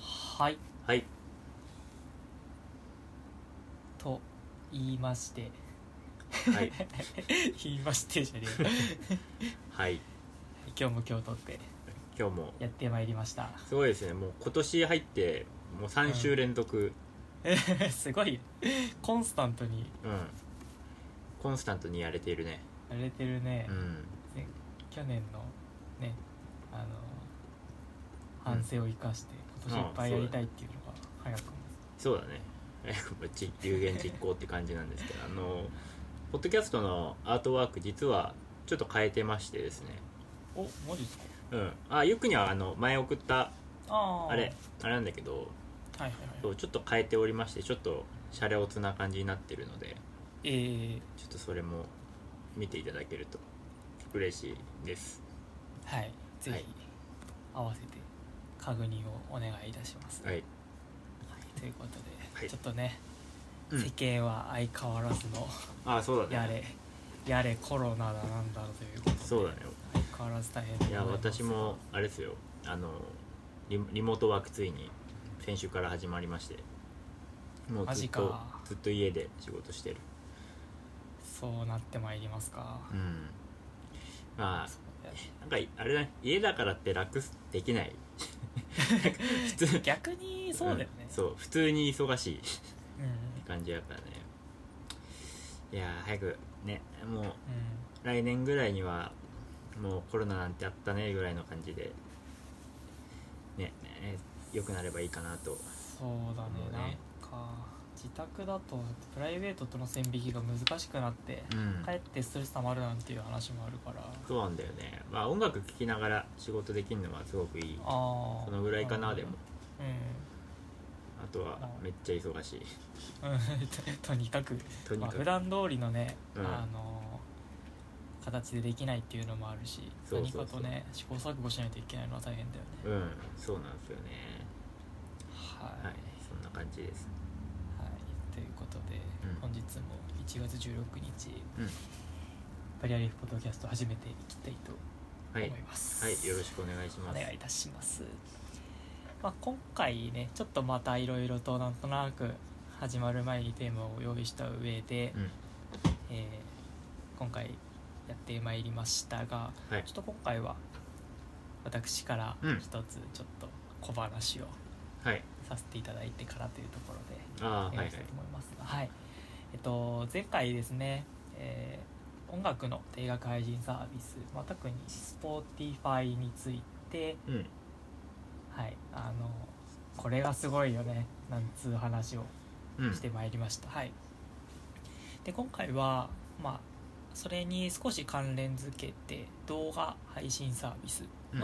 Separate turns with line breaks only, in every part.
はい
はい
と言いまして
はい
言いましてじゃねえよ
はい
今日も今日撮って
今日も
やってまいりました
すごいですねもう今年入ってもう3週連続、
すごいコンスタントに
うんコンスタントにやれているね
やれてるね
う、ん
ね去年のねあの反省を生かして今年いっぱいやりたいっていうのが早くも
そうだねえこっち有言実行って感じなんです けどあのポッドキャストのアートワーク実はちょっと変えてましてですね
おマジですか
うんあゆっくにはあの前送った
ああ
あれあれなんだけど
はいはい
そ
はいう
ちょっと変えておりましてちょっとシャレオツな感じになってるので
えー、
ちょっとそれも見ていただけると嬉しいです
はいぜ
はい
ひ合わせて確認をお願いいたします、
はい
はいということで、
はい
ちょっとね、
うん
世間は相変わらずの
ああそうだね
やれやれコロナだなんだということで
そうだね
相変わらず大変で
い
ござ
や
ます
私もあれですよあのリリモートワークついに先週から始まりましてもう
マ
ず
ジ
っと
か
ずっと家で仕事してる
そうなってまいりますか、
うんまあ
そう
なんかあれだね家だからって楽できない 普通
だ逆にそうだよね、
んそう普通に忙しい
うんうん
感じやからねいやー早くねもう来年ぐらいにはもうコロナなんてあったねぐらいの感じでねね良くなればいいかなと
そうだね
そう
なん
ね
か自宅だとプライベートとの線引きが難しくなって、
うん
帰ってストレス溜まるなんていう話もあるから
そうなんだよねまあ音楽聴きながら仕事できるのはすごくいい
ああ
そのぐらいかなでも
う
あとはめっちゃ忙しい
ん、うん とにかく
とに
ま
か
あ、
く
普段通りのね、
うん
あの形でできないっていうのもあるし
そうそうそう
何かとね試行錯誤しないといけないのは大変だよね、
うんそうなんですよね
はい、
はいそんな感じです
はいということで、
うん
本日も1月16日、
うん
バリアリーフポッドキャスト始めていきたいと
は
思
い
います、
はいよろしくお願いし
お
ます
願いいたします、まあ、今回ねちょっとまたいろいろとなんとなく始まる前にテーマを用意した上で、
うん
えー今回やってまいりましたが、
はい
ちょっと今回は私から
うん
一つちょっと小話を
はい
させていただいてからというところで
あ
お
あは
願
いはい
いしたいと思いますがはい、えっと前回ですね、えー音楽の定額配信サービス、まあ、特に Spotify について
うん
はいあのこれがすごいよねなんつう話を
うん
してまいりました、はいで今回はまあそれに少し関連づけて動画配信サービスの、
うん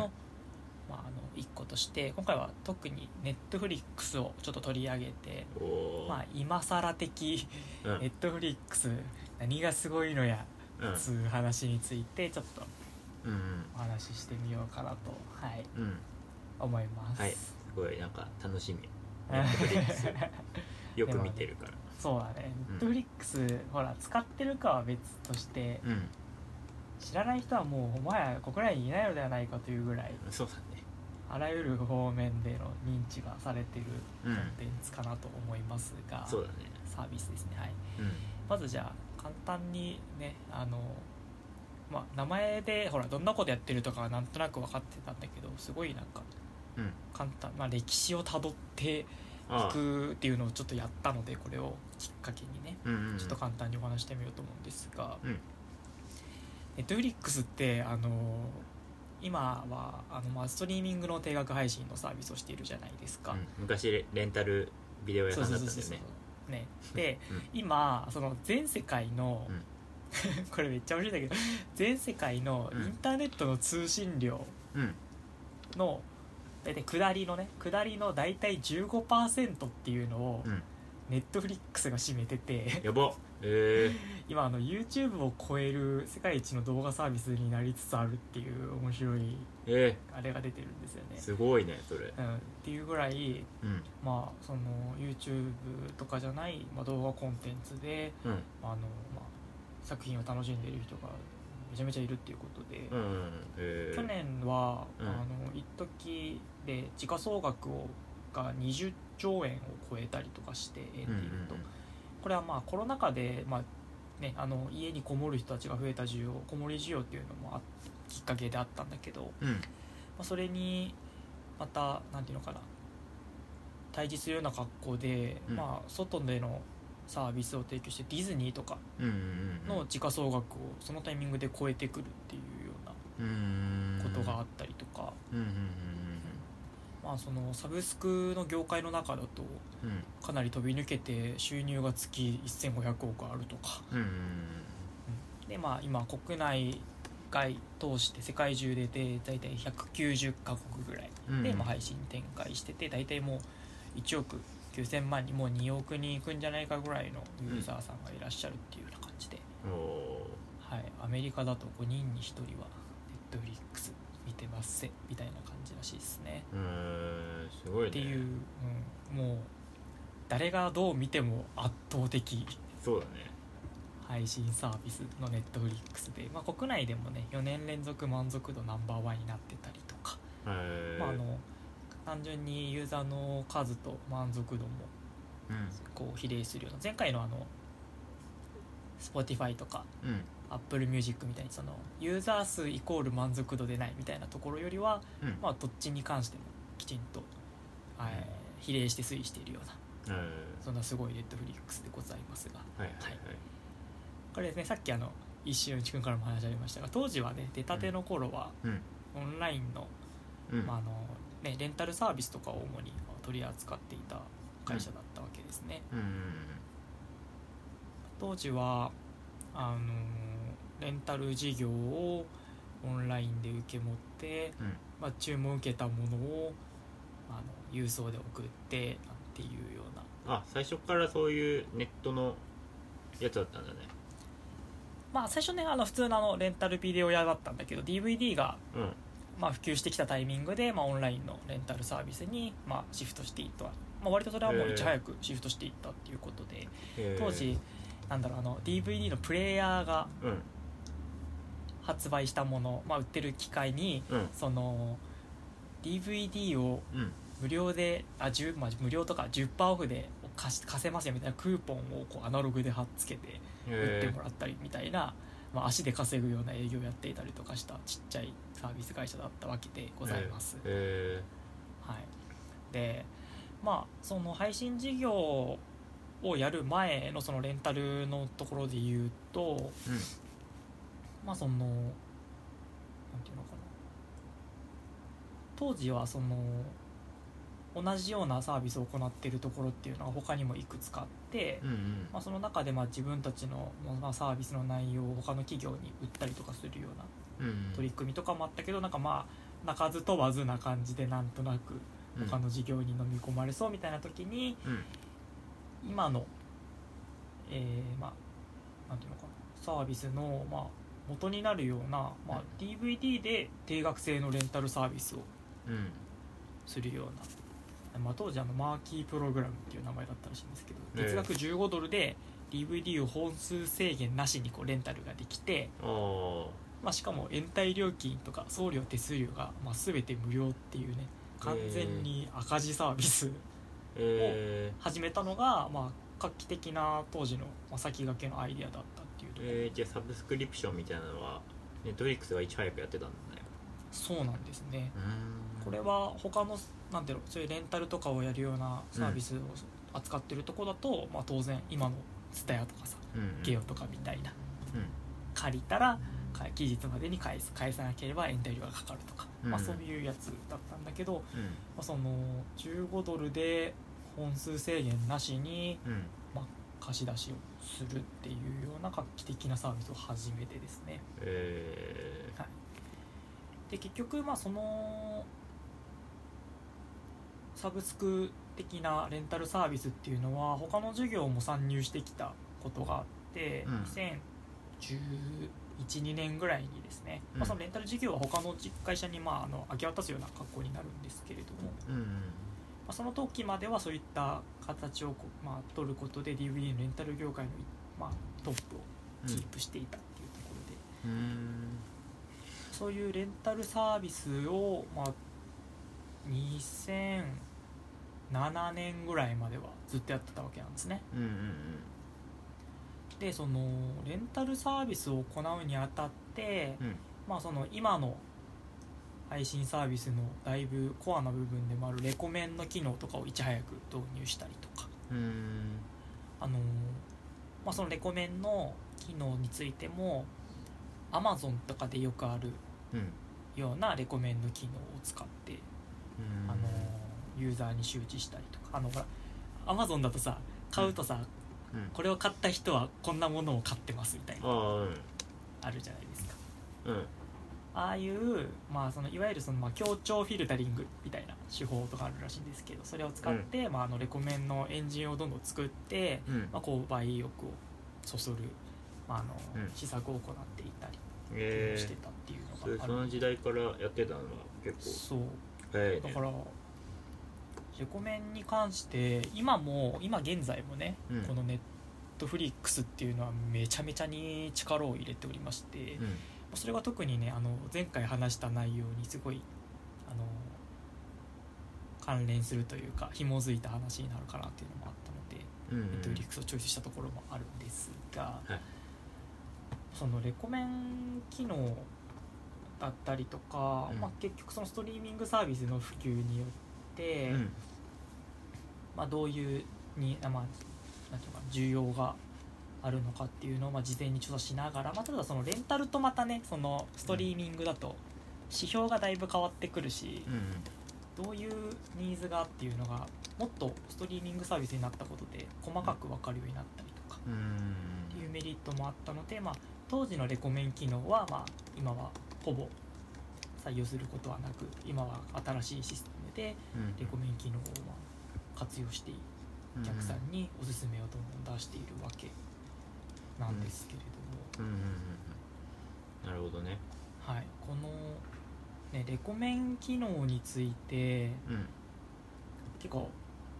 まあ、あの一個として今回は特に Netflix をちょっと取り上げて、
おおー
まあ、今更的
うん
Netflix 何がすごいのや
うん
つう話についてちょっと
うん
お話ししてみようかなと、はい、
うんうん
思います、
はいすごいなんか楽しみ Netflix よく見てるから
そうだね
うん
Netflix、ほら使ってるかは別として
うん
知らない人はもうもはや国内にいないのではないかというぐらい
そうだね
あらゆる方面での認知がされてる
う
コン
ん
テンツかなと思いますが、
そうだね
サービスですねはい
うん
まずじゃあ簡単にねあのまあ名前でほらどんなことやってるとかはなんとなく分かってたんだけどすごいなんか
うん
簡単、まあ、歴史をたどってい
ああ
くっていうのをちょっとやったのでこれをきっかけにね
うんうん
ちょっと簡単にお話してみようと思うんですが、
うん
ネットフリックスってあの今はあの、まあ、ストリーミングの定額配信のサービスをしているじゃないですか、
うん昔レレンタルビデオ屋さんだったんだよね
うねで、
う
今その全世界の、
うん
これめっちゃ面白いんだけど全世界のイ
うん
ンターネットの通信量
うん
の大体下りのね下りの大体15%っていうのを
うん
ネットフリックスが占めてて、
やばっえ
今あの YouTube を超える世界一の動画サービスになりつつあるっていう面白い
ー、え
あれが出てるんですよ
ー、
ね。
すごいねそれ
うん、っていうぐらい、
うん
まあ、その YouTube とかじゃない、まあ、動画コンテンツで
うん
あの、まあ、作品を楽しんでいる人がめちゃめちゃいるっていうことで、
うんうんえー、
去年は、
うん
あの一時で時価総額を貨20兆円を超えたりとかして円で
うんう
い
ん
うと、これはまあコロナ禍で、まあね、あの家にこもる人たちが増えた需要こもり需要っていうのもあきっかけであったんだけど、ま
うんうん
あ、それにまたなんていうのかな対峙するような格好で、
うん
まあ、外でのサービスを提供してディズニーとか
うんうんうん
の時価総額をそのタイミングで超えてくるっていうような
うん
ことがあったりとか、
うんうん
まあ、そのサブスクの業界の中だと
うんうん
かなり飛び抜けて収入が月1500億あるとか
うんうん
で、まあ、今国内外通して世界中でで大体190カ国ぐらい
うんうん
で、まあ、配信展開してて大体もう1億9000万人もう2億人いくんじゃないかぐらいのユーザーさんがいらっしゃるっていうような感じで、
おお
はい、アメリカだと5人に1人は Netflix 見てますせみたいな感じらしいですね。
ーうーんすごいね
っていう、うん、もう誰がどう見ても圧倒的
そうだね
配信サービスの Netflix で、まあ、国内でもね4年連続満足度ナンバーワンになってたりとか、
へー
まあ、あの単純にユーザーの数と満足度も
う
こう比例するような前回のあの Spotify とか
んうん
Apple Music みたいにそのユーザー数イコール満足度でないみたいなところよりは、
うん
まあ、どっちに関してもきちんと、えー比例して推移しているような
へー
そんなすごいネットフリックスでございますが
はいはいはい
これですねさっきあの石尾内くんからも話ありましたが当時はね出たての頃は
うん
オンラインの,、
うん
まああのね、レンタルサービスとかを主に取り扱っていた会社だったわけですね、
うんうん
当時はあのレンタル事業をオンラインで受け持って、
うん
まあ、注文を受けたものをあの郵送で送ってなんていうような
あ最初からそういうネットのやつだったんだね
まあ最初ねあの普通のあのレンタルビデオ屋だったんだけど DVD が
うん
まあ、普及してきたタイミングで、まあ、オンラインのレンタルサービスに、まあ、シフトしていった、まあ、割とそれはもういち早くシフトしていったっていうことで、
へー
当時なんだろうあの DVD のプレイヤーが
うん
発売したもの、まあ、売ってる機械に
うん
その DVD を
うん
無料であ、10まあ、無料とか10%オフで貸し貸せますよみたいなクーポンをこうアナログで貼っつけて売って
へ
もらったりみたいな、まあ、足で稼ぐような営業をやっていたりとかしたちっちゃいサービス会社だったわけでございます。
えへ
はい、でまあその配信事業をやる前のそのレンタルのところで言うと
えうん
まあそのなんていうのかな当時はその同じようなサービスを行っているところっていうのが他にもいくつかあって、
うんうん
まあ、その中でまあ自分たちの、まあ、サービスの内容を他の企業に売ったりとかするような
うんうん
取り組みとかもあったけどなんかまあ鳴かず飛ばずな感じでなんとなく
うん
他の事業に飲み込まれそうみたいな時に
うん
今のえーまあなんていうのかなサービスのまあ元になるような、まあ、DVD で定額制のレンタルサービスを
うん
するような、まあ、当時あのマーキープログラムっていう名前だったらしいんですけど月額15ドルで DVD を本数制限なしにこうレンタルができて、
あー
まあ、しかも延滞料金とか送料手数料が、まあ、全て無料っていうね完全に赤字サービス
えー
始めたのが、まあ、画期的な当時のまあ先駆けのアイデアだったっていうところ、
えーじゃあサブスクリプションみたいなのはネットフリックスがいち早くやってたんだね
そうなんですね
うーん
これは他のなんていうのそういうレンタルとかをやるようなサービスを扱ってるとこだと、まあ、当然今の TSUTAYA とかさ
うんうん
ゲオとかみたいな
うん
借りたらか期日までに返す返さなければ延滞料がかかるとか、まあ、
うん
そういうやつだったんだけど、
うん
まあ、その15ドルで本数制限なしに、
うん
まあ、貸し出しをするっていうような画期的なサービスを始めてですね
えー
で結局まあそのサブスク的なレンタルサービスっていうのは他の授業も参入してきたことがあって、
うん
2011年ぐらいにですね、
うん
まあ、そのレンタル事業は他の会社にまああの明け渡すような格好になるんですけれども、
うんうん
まあ、その時まではそういった形をこう、まあ、取ることで DVD のレンタル業界の、まあ、トップを
うん
キープしていたっていうところで、
うーん
そういうレンタルサービスを、まあ、2000 7年ぐらいまではずっとやってたわけなんですね
うんうん
でそのレンタルサービスを行うにあたって、
うんうん
まあ、その今の配信サービスのだいぶコアな部分でもあるレコメンの機能とかをいち早く導入したりとか、
うーん
あのーまあ、そのレコメンの機能についても Amazon とかでよくある
うん
ようなレコメンの機能を使って、
うん
あのーユーザーに周知したりとかあのほら Amazon だとさ買うとさ、
うん
これを買った人はこんなものを買ってますみたいな
あ
あるじゃないですか
あうんうん
ああいう、まあ、そのいわゆるその、まあ、協調フィルタリングみたいな手法とかあるらしいんですけどそれを使って、まあ、あのレコメンのエンジンをどんどん作って、
うん
まあ、購買意欲をそそる、まああの
うん
施策を行っていたり
え
して
ー
たって
そ
いう
れ
のが
そ
ある
の時代からやってたのは結
そう
構早い
だ
ね
からレコメンに関して今も今現在もね、
うん
このネットフリックスっていうのはめちゃめちゃに力を入れておりまして、
うん
それは特にねあの前回話した内容にすごいあの関連するというか紐づいた話になるかなっていうのもあったので、
うん
ネ
うん
ットフリックスをチョイスしたところもあるんですが、
はい
そのレコメン機能だったりとか、
うん
まあ、結局そのストリーミングサービスの普及によって、
うん
まあ、どういうに、あまあ、なんていうのか需要があるのかっていうのを、まあ、事前に調査しながら、まあ、ただそのレンタルとまたねそのストリーミングだと指標がだいぶ変わってくるし
う、ん
どういうニーズがっていうのがもっとストリーミングサービスになったことで細かく分かるようになったりとか
うんうん
っていうメリットもあったので、まあ、当時のレコメン機能は、まあ、今はほぼ採用することはなく今は新しいシステムで
うん
レコメン機能をまあ活用している
う
お
ん
客さんにおすすめをどんどん出しているわけなんですけれど
うんうんうんうんなるほどね
も、はい、この、ね、レコメン機能について
うん
結構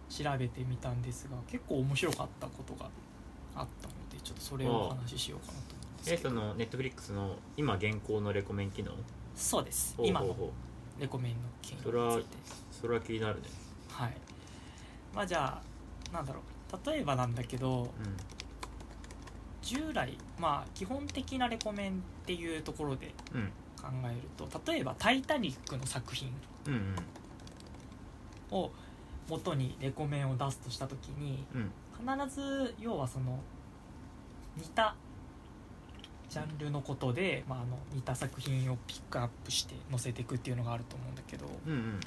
調べてみたんですが結構面白かったことがあったのでちょっとそれをお話ししようかなと思うんです
え
けど
そのネットフリックスの今現行のレコメン機能
そうです
ほう
今
ほう
の
ほう
レコメンの件につ
それはい
て
それは気になるね
はいまあじゃあなんだろう例えばなんだけど
うん
従来まあ基本的なレコメンっていうところで
うん
考えると例えば「タイタニック」の作品
うんうん
を元にレコメンを出すとした時に
うん
必ず要はその似たジャンルのことで、まあ、あの似た作品をピックアップして載せていくっていうのがあると思うんだけど
うんうん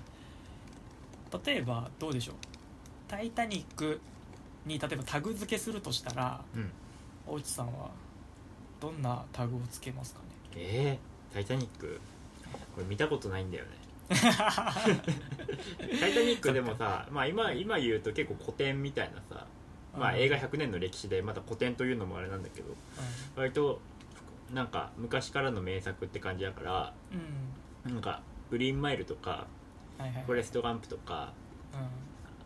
例えばどうでしょう「タイタニック」に例えばタグ付けするとしたら
うん
大内さんはどんなタグをつけます かね
えー「タイタニック」これ見たことないんだよね「タイタニック」でもさ、まあ、今今言うと結構古典みたいなさ、まあ、映画100年の歴史でまた古典というのもあれなんだけど割となんか昔からの名作って感じだから
うん、うん
なんか「グリーンマイル」とか
はいはい
「フォレスト・ガンプ」とか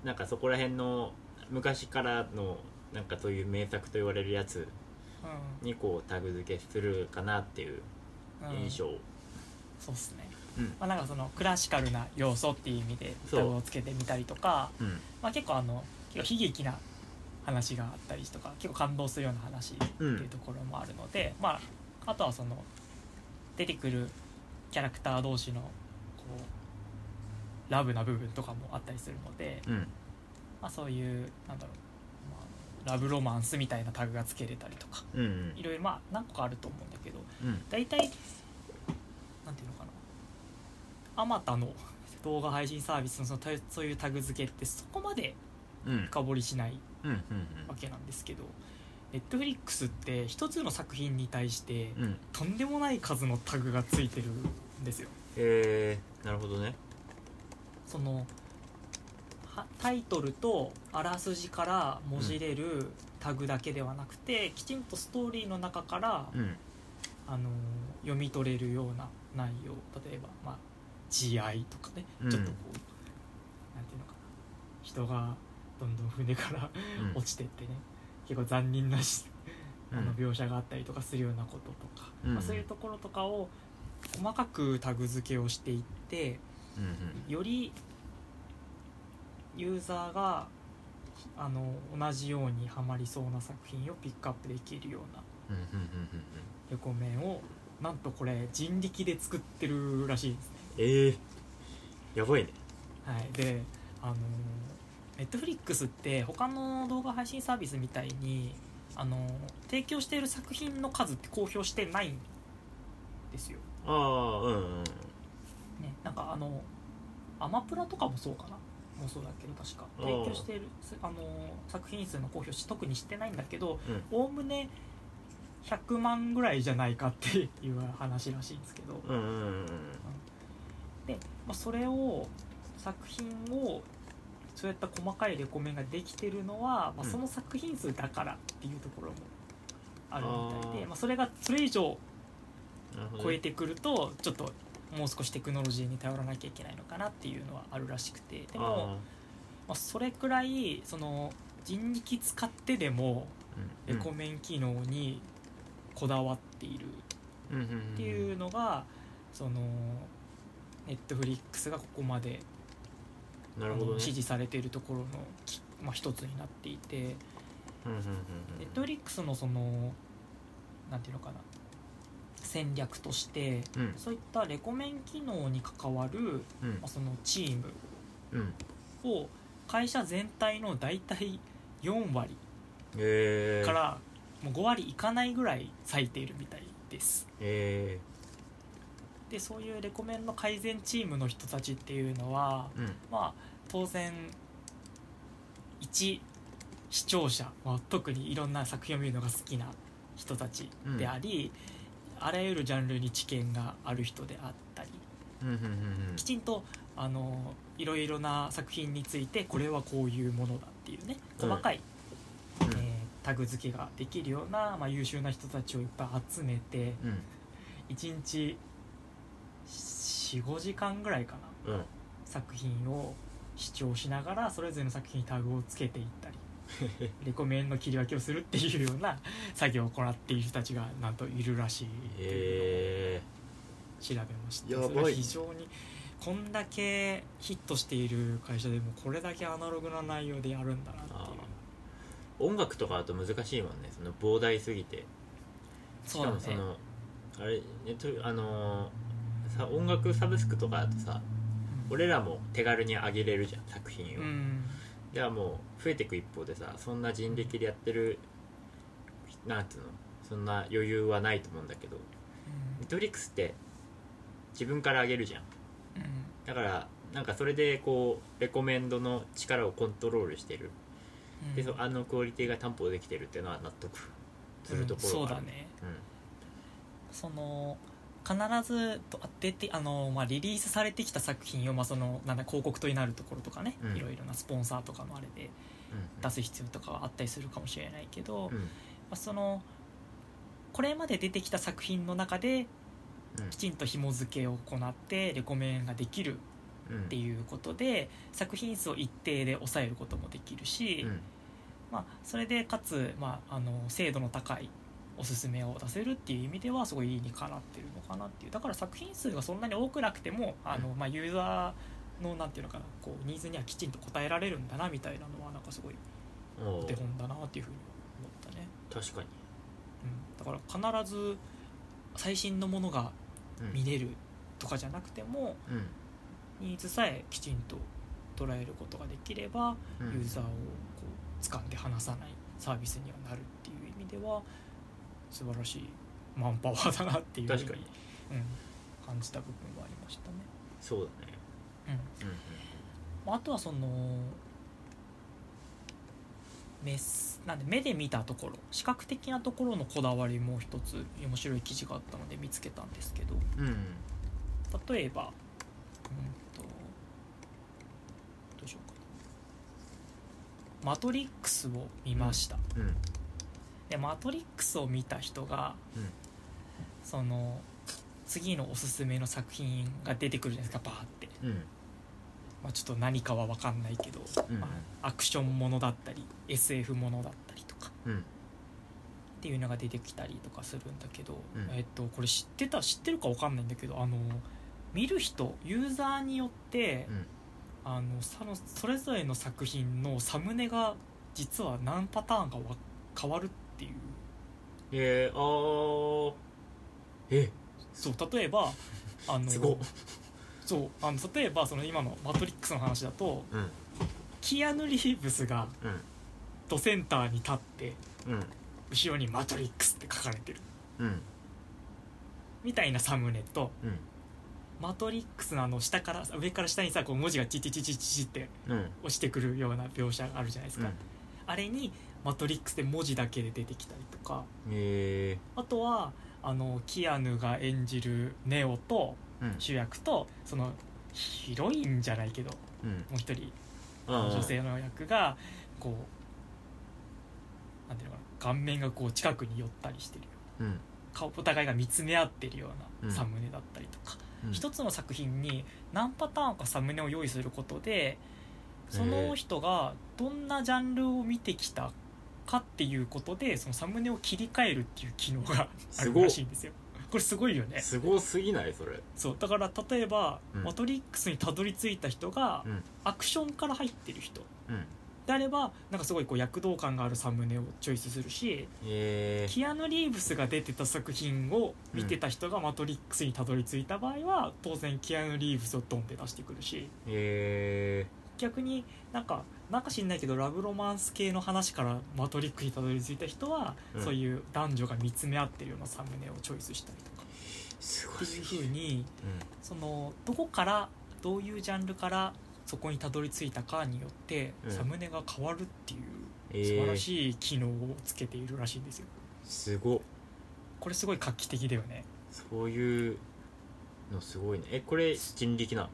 う
なんかそこら辺の昔からのなんかそういう名作と言われるやつ
ん
にこうタグ付けするかなっていう
うんうん
印象、
そうっすね、
うん
まあ、なんかそのクラシカルな要素っていう意味で
そう
タグをつけてみたりとか、
うん
まあ、結構あの結構悲劇な話があったりとか結構感動するような話っていうところもあるので、まあ、あとはその出てくるキャラクター同士のこうラブな部分とかもあったりするので、
うん
まあ、そういうなんだろう、まあ、ラブロマンスみたいなタグがつけれたりとか
うんうん
いろいろまあ何個かあると思うんだけど
うん
大体なんていうのかなあまたの動画配信サービスのそのタそういうタグ付けってそこまで
うん
深掘りしない
うん
わけなんですけど Netflix って一つの作品に対して
うんうん
とんでもない数のタグがついてるんですよ
えー、なるほどね
そのはタイトルとあらすじからもじれるタグだけではなくて、きちんとストーリーの中から
うん
あのー読み取れるような内容例えば、まあ、慈愛とかね、
うん
ちょっとこうなんていうのかな人がどんどん船から
うん
落ちてってね結構残忍なし、
うん
あの描写があったりとかするようなこととか、
うん
まあ、そういうところとかを細かくタグ付けをしていって
うん
よりユーザーがあの同じようにハマりそうな作品をピックアップできるような
うんうんうんうんうん
レコメンをなんとこれ人力で作ってるらしいですね。
ええやばいね
はい、であのネットフリックスって他の動画配信サービスみたいにあの提供している作品の数って公表してないんですよ、
ああうんうん
ね、なんかあのアマプラとかもそうかなもうそうだけど確か
あー
提供しているすあの作品数の公表し特にしてないんだけど
うん
おおむね100万ぐらいじゃないかっていう話らしいんですけど、
うんうんうん
で、まあ、それを作品をそういった細かいレコメンができてるのは、まあ、
うん
その作品数だからっていうところもあるみたいで
あー
まあ、それがそれ以上
なるほどね
超えてくるとちょっともう少しテクノロジーに頼らなきゃいけないのかなっていうのはあるらしくてでもまあ、それくらいその人力使ってでも
あ
レ
ーうん
コメン機能にこだわっている
うんうんうん
っていうのが、そのネットフリックスがここまで
なるほどね
支持されているところのき、まあ、一つになっていて、
うんうんうん
ネットフリックスのそのなんていうのかな戦略として
うんうん
そういったレコメン機能に関わる、
うん
まあ、そのチーム
うん
を会社全体の大体4割
ええ
からもう5割いかないぐらい割いているみたいです。
え
でそういうレコメンの改善チームの人たちっていうのは
えうん
まあ当然一視聴者、まあ、特にいろんな作品を見るのが好きな人たちであり、あらゆるジャンルに知見がある人であったり
うんうんうんうん
きちんとあのいろいろな作品についてこれはこういうものだっていうね
うん
細かい、
うん
えータグ付けができるような、まあ、優秀な人たちをいっぱい集めて
うん
1日45時間ぐらいかな
うん
作品を視聴しながらそれぞれの作品にタグをつけてい ったりレコメンの切り分けをするっていうような作業を行っている人たちがなんといるらしいっていう
え
のを調べました、
やばい
それは非常にこんだけヒットしている会社でもこれだけアナログな内容でやるんだなっていう
あーえ音楽とかだと難しいもんねその膨大すぎてし
そう
か
だ
も
ね
そのあれネットあのーさ音楽サブスクとかだとさ
うん
俺らも手軽に上げれるじゃん作品を、
うん
ではもう増えていく一方でさそんな人力でやってるなんつうのそんな余裕はないと思うんだけどネットフリックスって自分から上げるじゃん
うんうん
だからなんかそれでこうレコメンドの力をコントロールしてる、
うん
でそあのクオリティが担保できてるっていうのは納得するところ
うん
が
そうだ
ある、
ね
うん
その必ずと出てあの、まあ、リリースされてきた作品を、まあ、そのなんだ広告とになるところとかね、
うん
いろいろなスポンサーとかのあれで出す必要とかはあったりするかもしれないけど、
うん
まあ、そのこれまで出てきた作品の中で
うん
きちんと紐付けを行ってレコメンができる
うんうん
っていうことで作品数を一定で抑えることもできるし、
うん
まあ、それでかつ、まあ、あの精度の高いおすすめを出せるっていう意味ではすごいいいにかなってるのかなっていうだから作品数がそんなに多くなくてもあの、まあ、ユーザーのなんていうのかなこうニーズにはきちんと応えられるんだなみたいなのはなんかすごい
お
お
う
手本だなっていうふうに思ったね、
確かに
うん、だから必ず最新のものが
うん
見れるとかじゃなくても
うん
ニーズさえきちんと捉えることができれば
う
ユ
ん
ーザーをこう掴んで離さないサービスにはなるっていう意味では素晴らしいマンパワーだなっていうふう
確かに
うん、感じた部分はありましたね。
そうだね
うん
うんうん
まあ、あとはその目すなんで目で見たところ視覚的なところのこだわりも一つ面白い記事があったので見つけたんですけど
うんうん
例えばうんとどうしようかな「マトリックス」を見ました、
うん
で「マトリックス」を見た人が
うん
その次のおすすめの作品が出てくるじゃないですかバーって、
うん
まあ、ちょっと何かは分かんないけど、
うん
まあ、アクションものだったり SF ものだったりとか
う
っ
ん
ていうのが出てきたりとかするんだけど、
うん
えっと、これ知ってた知ってるか分かんないんだけどあの見る人ユーザーによって
うん
あのそのそれぞれの作品のサムネが実は何パターンかわ変わるっていう
えー、あーえ
そう例えば あの
すごっ
そうあの例えばその今の「マトリックス」の話だと
うん
キアヌ・リーブスがドセンターに立って
うんうん
後ろに「マトリックス」って書かれてる
うん
みたいなサムネと
うん
「マトリックス」のあの下から上から下にさこう文字がチチチチチチって
うん
落ちてくるような描写があるじゃないです
う
か、
ん
あれに「マトリックス」で文字だけで出てきたりとか
え
あとはあのキアヌが演じるネオと
ー、うん
主役とそのヒロインじゃないけども
うん
う一人
あー
女性の役がこうなんていうのかな顔面がこう近くに寄ったりしてる
うん
顔お互いが見つめ合ってるよう
うん
なサムネだったりとか、
うん
一つの作品に何パターンかサムネを用意することでそ
へ
の
え
人がどんなジャンルを見てきたかっていうことでそのサムネを切り替えるっていう機能があ
す
る
ごっ
らしいんですよ。これすごいよね
すごすぎないそれ
そうだから例えば「
うん
マトリックス」にたどり着いた人が、
うん
アクションから入ってる人
うん
であればなんかすごいこう躍動感があるサムネをチョイスするし
えー、
キアヌ・リーブスが出てた作品を見てた人が「マトリックス」にたどり着いた場合は当然キアヌ・リーブスをドンって出してくるし
え
逆になんかなんか知んないけどラブロマンス系の話から「マトリック」にたどり着いた人は、
うん
そういう男女が見つめ合ってるようなサムネをチョイスしたりとか
ー、す
っ
ご
て
す
いう
ぎ
ふ
る
うにそのどこからどういうジャンルからそこにたどり着いたかによって
うん
サムネが変わるっていう。
うん、え
素晴ら
ー、
しい機能をつけているらしいんですよ
すごっ
これすごい画期的だよね
そういうのすごいねえこれ人力なの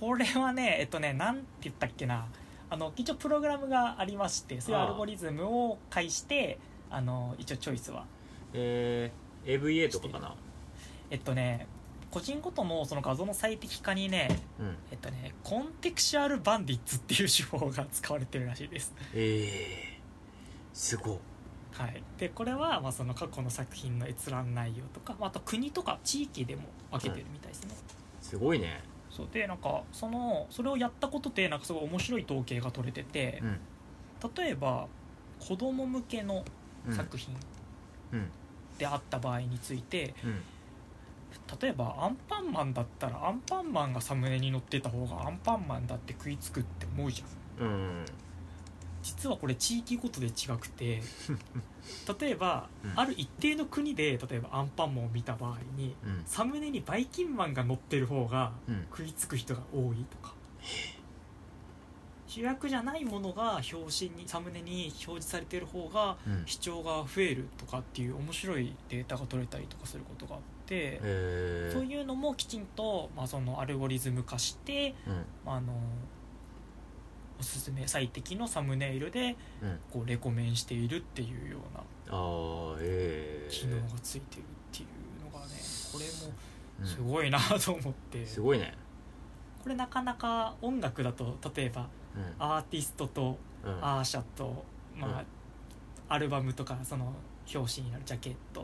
これはねえっとねなんて言ったっけなあの一応プログラムがありましてそういう
ああ
アルゴリズムを介してあの一応チョイスは
えー、AVA とかかな
えっとね個人ごとのその画像の最適化にね
うん
えっとねコンテクシュアルバンディッツっていう手法が使われてるらしいです
ええすごっ
はい、でこれはまあその過去の作品の閲覧内容とか、まあ、あと国とか地域でも分けてるみたいですね、
すごいね
そうでなんかそのそれをやったことでなんかすごい面白い統計が取れてて
う、ん
例えば子供向けの
うん
作品
うん
であった場合について、
うん
例えばアンパンマンだったらアンパンマンがサムネに載ってた方がアンパンマンだって食いつくって思うじゃん
うん
実はこれ地域ごとで違くて 例えば、
うん
ある一定の国で例えばアンパンマンを見た場合に
うん
サムネにバイキンマンが載ってる方が
うん
食いつく人が多いとか主役じゃないものが表紙にサムネに表示されてる方が
うん
視聴が増えるとかっていう面白いデータが取れたりとかすることがあって
え
そう
ー
いうのもきちんと、まあ、そのアルゴリズム化して
うん
あのおすすめ最適のサムネイルで
うん
こうレコメンしているっていうような
あーええ
機能がついてるっていうのがねこれも
うん
すごいなと思って
すごいね
これなかなか音楽だと例えば
うん
アーティストと
うん
アーシャと、まあ
うん
アルバムとかその表紙になるジャケット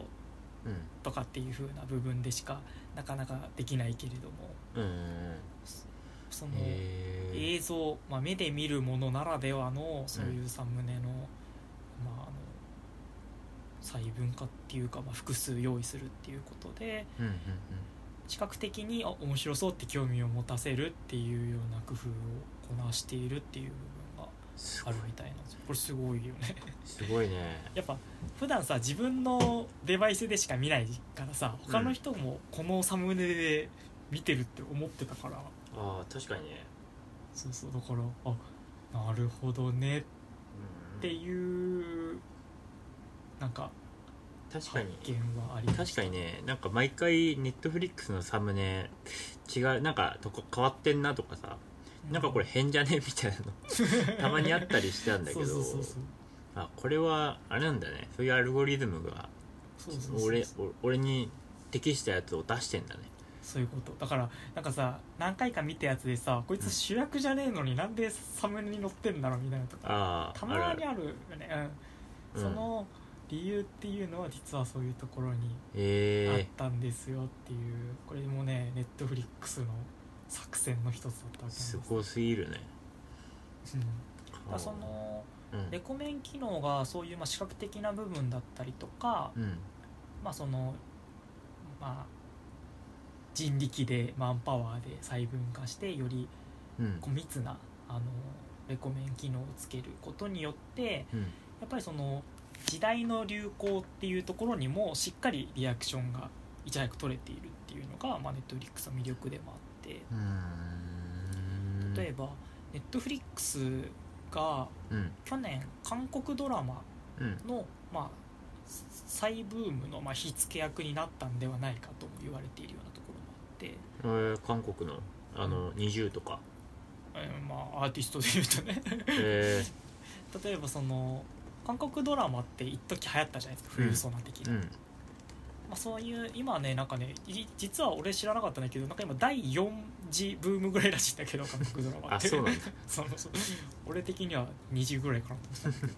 うん
とかっていう風な部分でしかなかなかできないけれども
うんうん
その
えー
映像、まあ、目で見るものならではのそういうサムネの,、まあ、あの細分化っていうか、まあ、複数用意するっていうことで
うんうん
視覚的にあ面白そうって興味を持たせるっていうような工夫をこなしているっていう部分が
うんす
あ
ごい
るみたいなんですよこれすごいよね
すごいね
やっぱ普段さ自分のデバイスでしか見ないからさ他の人もこのサムネで見てるって思ってたから、
あー確かにね
そうそうだからあなるほどね
うん
っていうなんか
確か
発
に
見はありまし
確かにねなんか毎回ネットフリックスのサムネ違うなんかとこ変わってんなとかさ
た
なんか これ変じゃねみたいなのたまにあったりしてたんだけど
そうそうそうそう
あこれはあれなんだねそういうアルゴリズムが
そうそうそう
俺お俺に適したやつを出してんだね
そういうことだからなんかさ何回か見たやつでさこいつ主役じゃねえのになんでサムネに載ってんだろうみたいなとか
ああ
たまに
ある
あるよねうん
う
そ
ん
の理由っていうのは実はそういうところにあっ
え
たんですよっていうこれもねネットフリックスの作戦の一つだったわけなんです
すごすぎるね
うんだからその
うん
レコメン機能がそういうまあ視覚的な部分だったりとか、
うん
まあそのまあ人力でマンパワーで細分化してより
うん
こう密なあのレコメン機能をつけることによって
うん
やっぱりその時代の流行っていうところにもしっかりリアクションがいち早く取れているっていうのが、まあ、ネットフリックスの魅力でもあって
うーん
例えばネットフリックスが
うん
去年韓国ドラマ
うん
の、まあ、再ブームの、まあ、火付け役になったんではないかとも言われているようなところもあって、
えー韓国のあの20と か
えーまあ、アーティストで言うとね
え
例えばその韓国ドラマって一時流行ったじゃないですか
うん
富裕層な的
ー
な、
うん
まあ、そういう今ねなんかねい実は俺知らなかったんだけどなんか今第4次ブームぐらいらしいんだけど韓国ドラマ
あ
って
そうなんだ
そうそう俺的には2時ぐらいかなと思ってたんだけど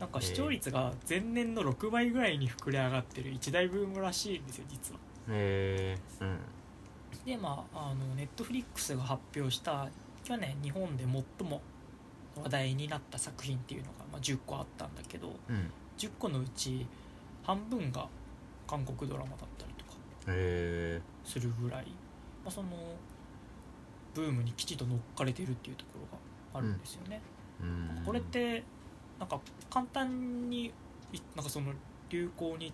なんか視聴率が前年の6倍ぐらいに膨れ上がってる一大ブームらしいんですよ実は
えーうん
でまああのネットフリックスが発表した去年日本で最も話題になった作品っていうのが、まあ、10個あったんだけど
うん
10個のうち半分が韓国ドラマだったりとか
え
するぐらい、まあ、そのブームにきちんと乗っかれてるっていうところがあるんですよね、
ーうん
これってなんか簡単にいなんかその流行に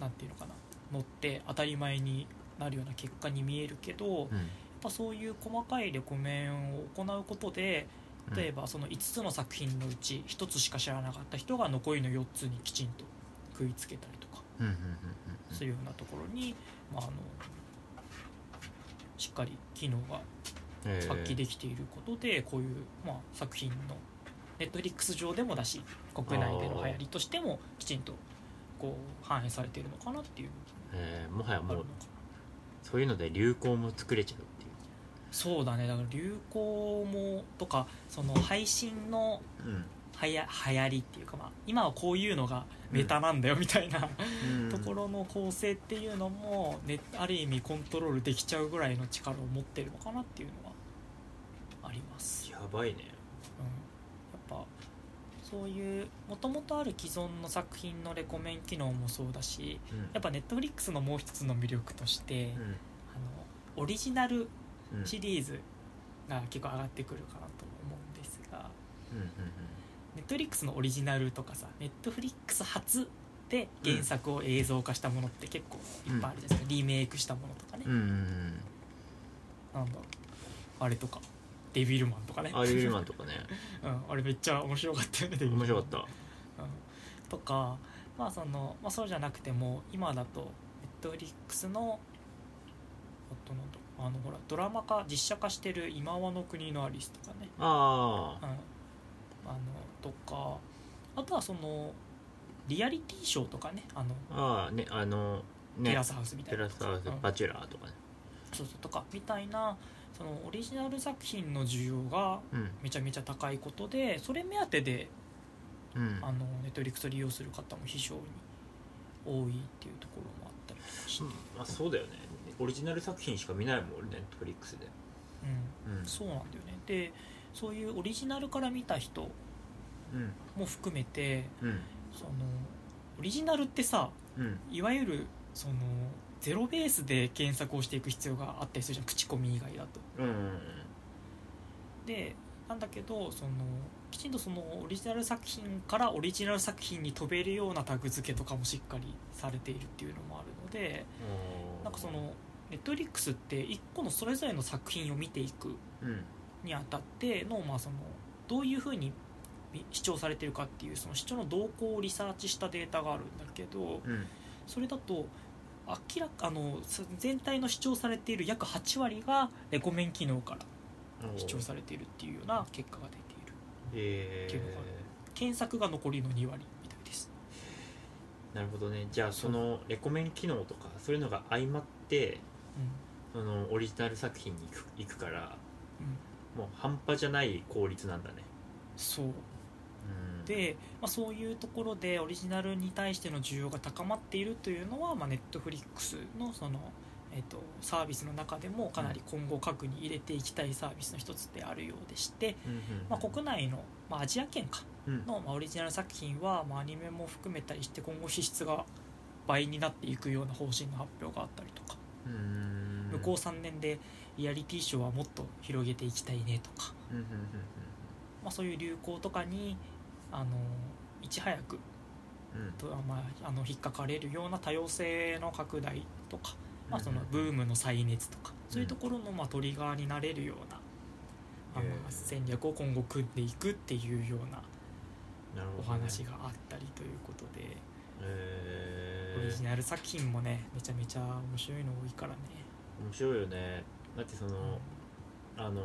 なんていうのかな乗って当たり前になるような結果に見えるけど、
うん
やっぱそういう細かいレコメンを行うことで
うん
例えばその5つの作品のうち1つしか知らなかった人が残りの4つにきちんと食いつけたりとか
うんうんうん
するようなところに、まあ、あのしっかり機能が
うん
発揮で
き
きていることでこういう、まあ、作品のネットフリックス上でもだし国内での流行りとしてもきちんとこう反映されているのかなっていう
えーもはや
のがあ
も
るの
う
かな。
そういうので流行も作れちゃうってい
そうだねだから流行もとかその配信の
ううん
はや流行りっていうか、まあ、今はこういうのがメタなんだよみたいな、とこ
ろ
ろの構成っていうのも、ね、ある意味コントロールできちゃうぐらいの力を持ってるのかなっていうのはあります、
やばいね
うん、やっぱそういうもともとある既存の作品のレコメン機能もそうだしやっぱ Netflix のもう一つの魅力として、
う
あ
ん
のオリジナル
うんうん
シリーズが結構上がってくるかなと思うんですが
うんうん
Netflix のオリジナルとかさ Netflix 初で原作を映像化したものって結構いっぱいあるじゃないですか、リメイクしたものとかね、
うんうんうん
なんだろうあれとかデビルマンとかね
うんアリウルマンとかね
うん、あれめっちゃ面白かったよねデビルマ
面
ン
白かっ
うん、とかまあその、まあ、そうじゃなくても今だと Netflix のあとなんだあのほらドラマ化実写化してる「今和の国のアリス」とかね
たあ
う
あ
ん、あのとかあとはそのリアリティショーとかねあの、
ああねあの
テ
ね
ラスハウスみた
テ
いな
ラスハウス
うん
バチェラーとかね
そうそうとかみたいなそのオリジナル作品の需要が
うん
めちゃめちゃ高いことでそれ目当てで
うん
あのネットリックスを利用する方も非常に多いっていうところもあったりとかして、
うんまあそうだよねオリジナル作品しか見ないもん俺ネットフリックスで
う
うん
ん、そうなんだよねでそういうオリジナルから見た人
うん
も含めて
うん
そのオリジナルってさ
うん
いわゆるそのゼロベースで検索をしていく必要があったりするじゃん口コミ以外だと
うんうん
でなんだけどそのきちんとそのオリジナル作品からオリジナル作品に飛べるようなタグ付けとかもしっかりされているっていうのもあるのでなんかそのネットリックスって1個のそれぞれの作品を見ていく
うん
にあたっての,、まあ、そのどういうふうにみ視聴されてるかっていうその視聴の動向をリサーチしたデータがあるんだけど
うん
それだと明らかあのす全体の視聴されている約8割がレコメン機能から視聴されているっていうような結果が出ている
え
っていうのがある検索が残りの2割みたいです
なるほどねじゃあそのレコメン機能とかそういうのが相まって
う
そのオリジナル作品に行く行くから
ん、うん、
もう半端じゃない効率なんだね
そう
うん
で、まあ、そういうところでオリジナルに対しての需要が高まっているというのは、まあ、Netflix のその、えっと、サービスの中でもかなり今後核に入れていきたいサービスの一つであるようでして、
うんうん
まあ、国内の、まあ、アジア圏か
うん
の、まあ、オリジナル作品は、まあ、アニメも含めたりして今後支出が倍になっていくような方針の発表があったりとか、
うん
向こう3年でリアリティショーはもっと広げていきたいねとか、
うんうんうん
まあ、そういう流行とかにあのいち早く
うんうん
と、まあ、あの引っかかれるような多様性の拡大とか、まあ、そのブー
ム
ムの再熱とかそういう
う
と
ん
ころのまあトリガーになれるような、まあまあ
へえ
戦略を今後組んでいくっていうような
なるほどね
お話があったりということで、
へ
オリ
え
ジナル作品もねめちゃめちゃ面白いの多いからね。
面白いよねだってそのあのー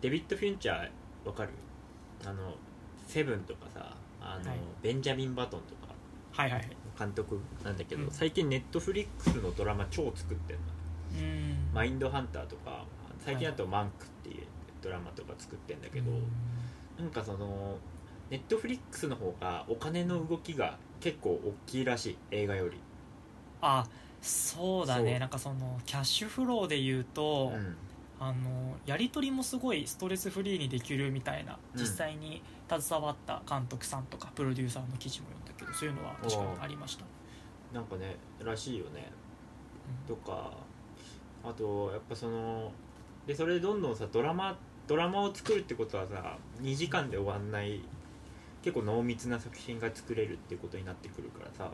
デビッド・フィンチャーわかるあのセブンとかさあの、
はい
ベンジャミン・バトンとか
はいはいはい
監督なんだけど、
うん
最近ネットフリックスのドラマ超作ってるの
うん
マインドハンターとか最近だとマンクっていうドラマとか作ってんだけど、
うん
なんかそのネットフリックスの方がお金の動きが結構大きいらしい映画より、
あそうだね
そう
なんかそのキャッシュフローで言う
う
と、
ん、
あのやり取りもすごいストレスフリーにできるみたいな
うん
実際に携わった監督さんとかプロデューサーの記事も読んだけどそういうのは確かにありました、
なんかねらしいよね
うん
とかあとやっぱそのでそれでどんどんさドラマドラマを作るってことはさ2時間で終わんない結構濃密な作品が作れるってことになってくるからさ、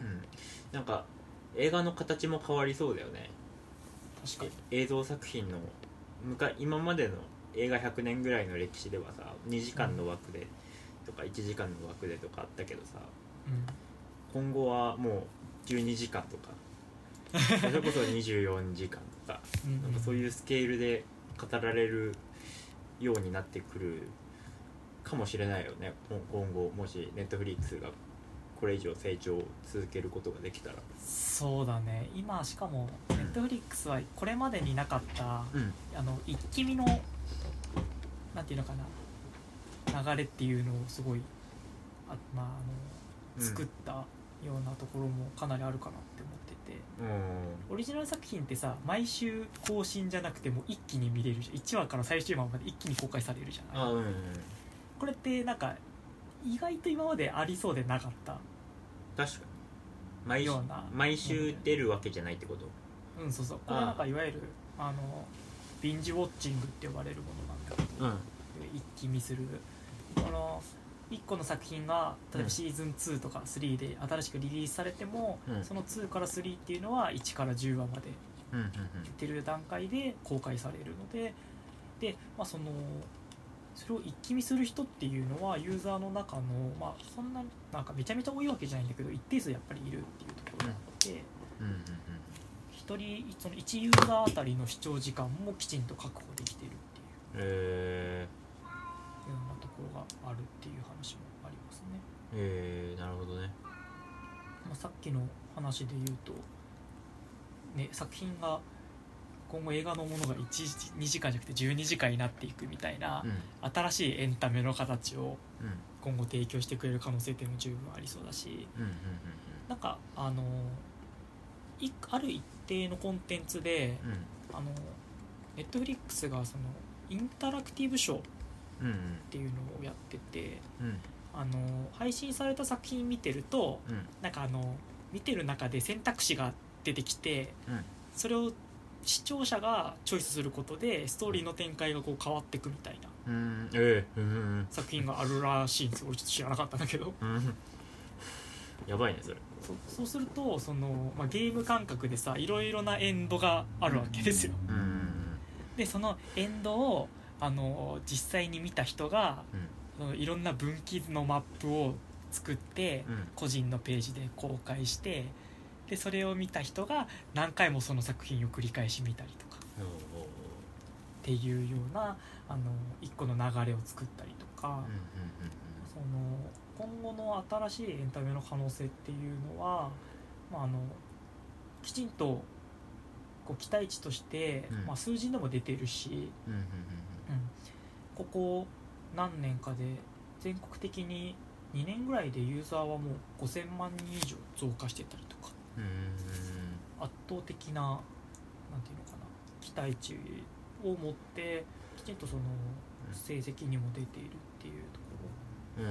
うん
うん、なんか映画の形も変わりそうだよね
確かに
え映像作品の昔今までの映画100年ぐらいの歴史ではさ2時間の枠でとか1時間の枠でとかあったけどさ
うん
今後はもう12時間とかそれこそ24時間とか
うん
なんかそういうスケールで語られるようになってくるかもしれないよねこ今後もしネットフリックスがこれ以上成長を続けることができたら
そうだね今しかも Netflix はこれまでになかった
うん
あの一気見のなんていうのかな流れっていうのをすごいあまああの作ったようなところもかなりあるかなって思ってて、
うん
オリジナル作品ってさ毎週更新じゃなくても一気に見れるじゃん1話から最終話まで一気に公開されるじゃない
あうんうん
これってなんか意外と今までありそうでなかった
確かに毎週
ような
毎週出るわけじゃないってこと
うんそうそうこれはなんかいわゆるあのビンジウォッチングって呼ばれるものなんだけど
うん
一気見するこの1個の作品が例え
うん
ばシーズン2とか3で新しくリリースされても、
うん
その2から3っていうのは1から10話まで
うんうん
ってる段階で公開されるのでで、まあ、そのそれを一気見する人っていうのはユーザーの中の、まあ、そんななんかめちゃめちゃ多いわけじゃないんだけど一定数やっぱりいるっていうところなので
うんうん
1人その1ユーザーあたりの視聴時間もきちんと確保できてるっていう
え
ようなところがあるっていう話もありますね。
ー、えー、なるほどね
まあ、さっきの話で言うと、ね、作品が今後映画のものが1 2時間じゃなくて12時間になっていくみたいな
うん
新しいエンタメの形を
うん
今後提供してくれる可能性っていうのも十分ありそうだし
うんうん
なんかあのいある一定のコンテンツで
うん
あのネットフリックスがそのインタラクティブショーっ
うんうん
ていうのをやってて
うん
あの配信された作品見てると
うん
なんかあの見てる中で選択肢が出てきて
うん
それを視聴者がチョイスすることでストーリーの展開がこう変わっていくみたいな
うんえー、うんうん
作品があるらしいんですよ俺ちょっと知らなかったんだけど
うんうんやばいねそれ
そそうするとその、まあ、ゲーム感覚でさいろいろなエンドがあるわけですよ
うんうん
でそのエンドをあの実際に見た人が
うん
そのいろんな分岐のマップを作って
うん
個人のページで公開してでそれを見た人が何回もその作品を繰り返し見たりとか
おうおう
っていうようなあの一個の流れを作ったりとか
おううんうん
その今後の新しいエンタメの可能性っていうのは、まあ、あのきちんとこう期待値として、
うん
まあ、数字でも出てるし、
うんうんうんうん
うんここ何年かで全国的に2年ぐらいでユーザーはもう5000万人以上増加してたりとか
うんうんうん
圧倒的ななんていうのかな期待値を持ってきちんとその
うん
成績にも出ているっていうとこ
うん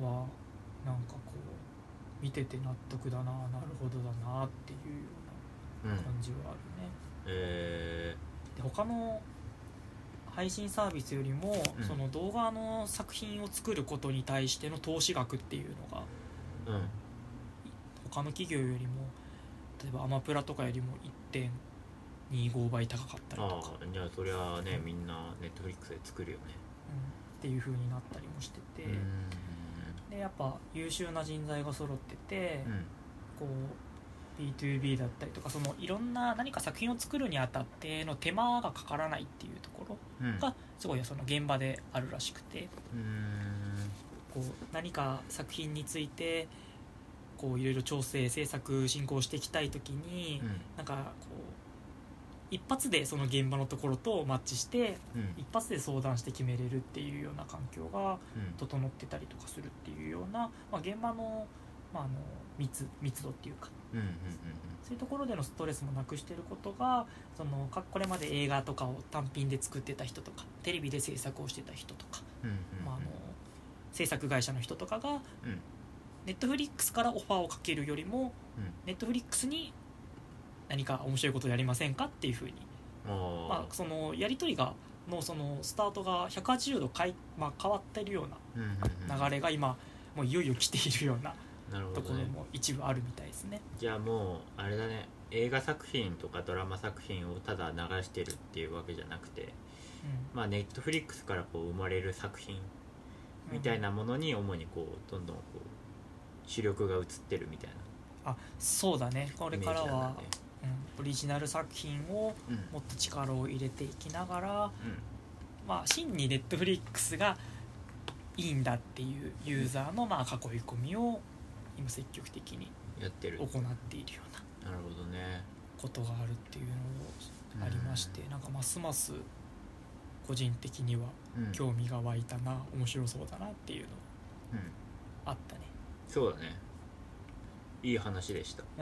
ろはなんかこう見てて納得だななるほどだなっていうよ
う
うなん感じはあるね。
え
で他の配信サービスよりも、
うん
その動画の作品を作ることに対しての投資額っていうのが
ーうん
他の企業よりも例えばアマプラとかよりも1.25倍高かったりと
あ
か、うん、っ
あじゃあそりゃあねみんなネットフリックスで作るよね
ていう風になったりもしてて、
う
でやっぱ優秀な人材が揃ってて、
ん
こう B2B だったりとかそのいろんな何か作品を作るにあたっての手間がかからないっていうところ
うんうん
がすごいその現場であるらしくて。
うん
こう何か作品についてこういろいろ調整制作進行していきたい時に、
うん
なんかこう一発でその現場のところとマッチして
うん
一発で相談して決めれるっていうような環境が
うん
整ってたりとかするっていうような、まあ、現場の,、まあ、あの密密度っていうか
うんうん
そういうところでのストレスもなくしてることがそのかこれまで映画とかを単品で作ってた人とかテレビで制作をしてた人とか、
うんうんうん
まあ、あの制作会社の人とかが
うん
ネットフリックスからオファーをかけるよりも
うん
ネットフリックスに何か面白いことやりませんかっていうふうに、ま
あ
あ、そのやり取りがのそのスタートが180度かい、まあ、変わってるような
あ
流れが今もういよいよ来ているような
なるほ
と
ど
ころ
ね
も一部あるみたいですね。
じゃあもうあれだね映画作品とかドラマ作品をただ流してるっていうわけじゃなくて
うん
まあネットフリックスからこう生まれる作品みたいなものに主にこうどんどんこう主力が移ってるみたいな
あそうだねこれ
イメ
か
ー
ら
ジなん
は
だ、ね
うんオリジナル作品を
うん
もっと力を入れていきながら、まあ、真にネットフリックスがいいんだっていうユーザーのまあ囲い込みを今積極的に
うんやってる
行っているような
なるほどね
ことがあるっていうのをありましてなんかますます個人的には
うんうん
興味が湧いたな面白そうだなっていうの
うん
あったね
そうだねいい話でした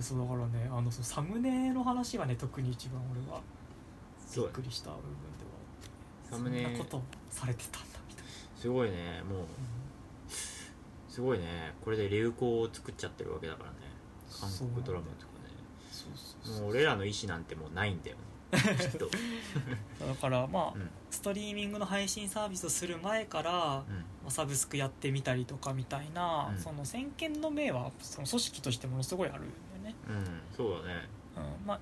そうだからねあのそのサムネの話がね特に一番俺はび
そ
っ
うだ
く
ね
りした部分では
サムネ
そんなことされてたんだみたいな、
すごいねもうすごいねこれで流行を作っちゃってるわけだからね韓国ドラマとかね
そうそうそう
もう俺らの意思なんてもうないんだよねきっと
だからまあ、
うん
ストリーミングの配信サービスをする前から、ま
うん
あサブスクやってみたりとかみたいな、
うん
その先見の明はその組織としてものすごいあるんだよね、
うんそうだね
うん、まあ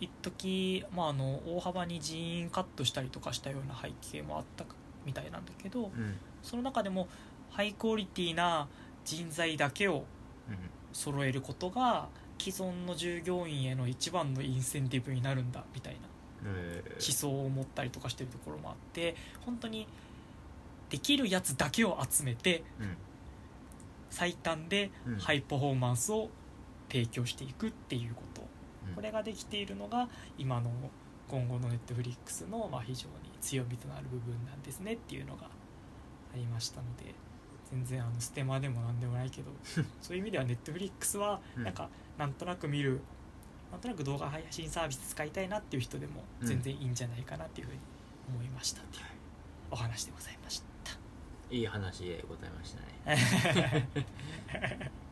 一時、まあ、あの大幅に人員カットしたりとかしたような背景もあったみたいなんだけど
うん
その中でもハイクオリティな人材だけを
うん
揃えることが既存の従業員への一番のインセンティブになるんだみたいな
えー
思想を持ったりとかしてるところもあって本当にできるやつだけを集めて最短で
うんうん
ハイパフォーマンスを提供していくっていうこと
うん
これができているのが今の今後のネットフリックスのまあ非常に強みとなる部分なんですねっていうのがありましたので全然あのステマでも何でもないけ どそういう意味ではネットフリックスは
うん
なんかなんとなく見るなんとなく動画配信サービス使いたいなっていう人でも全然いいんじゃないかなっていうふうに思いましたっていうお 話でございました。
いい話でございましたね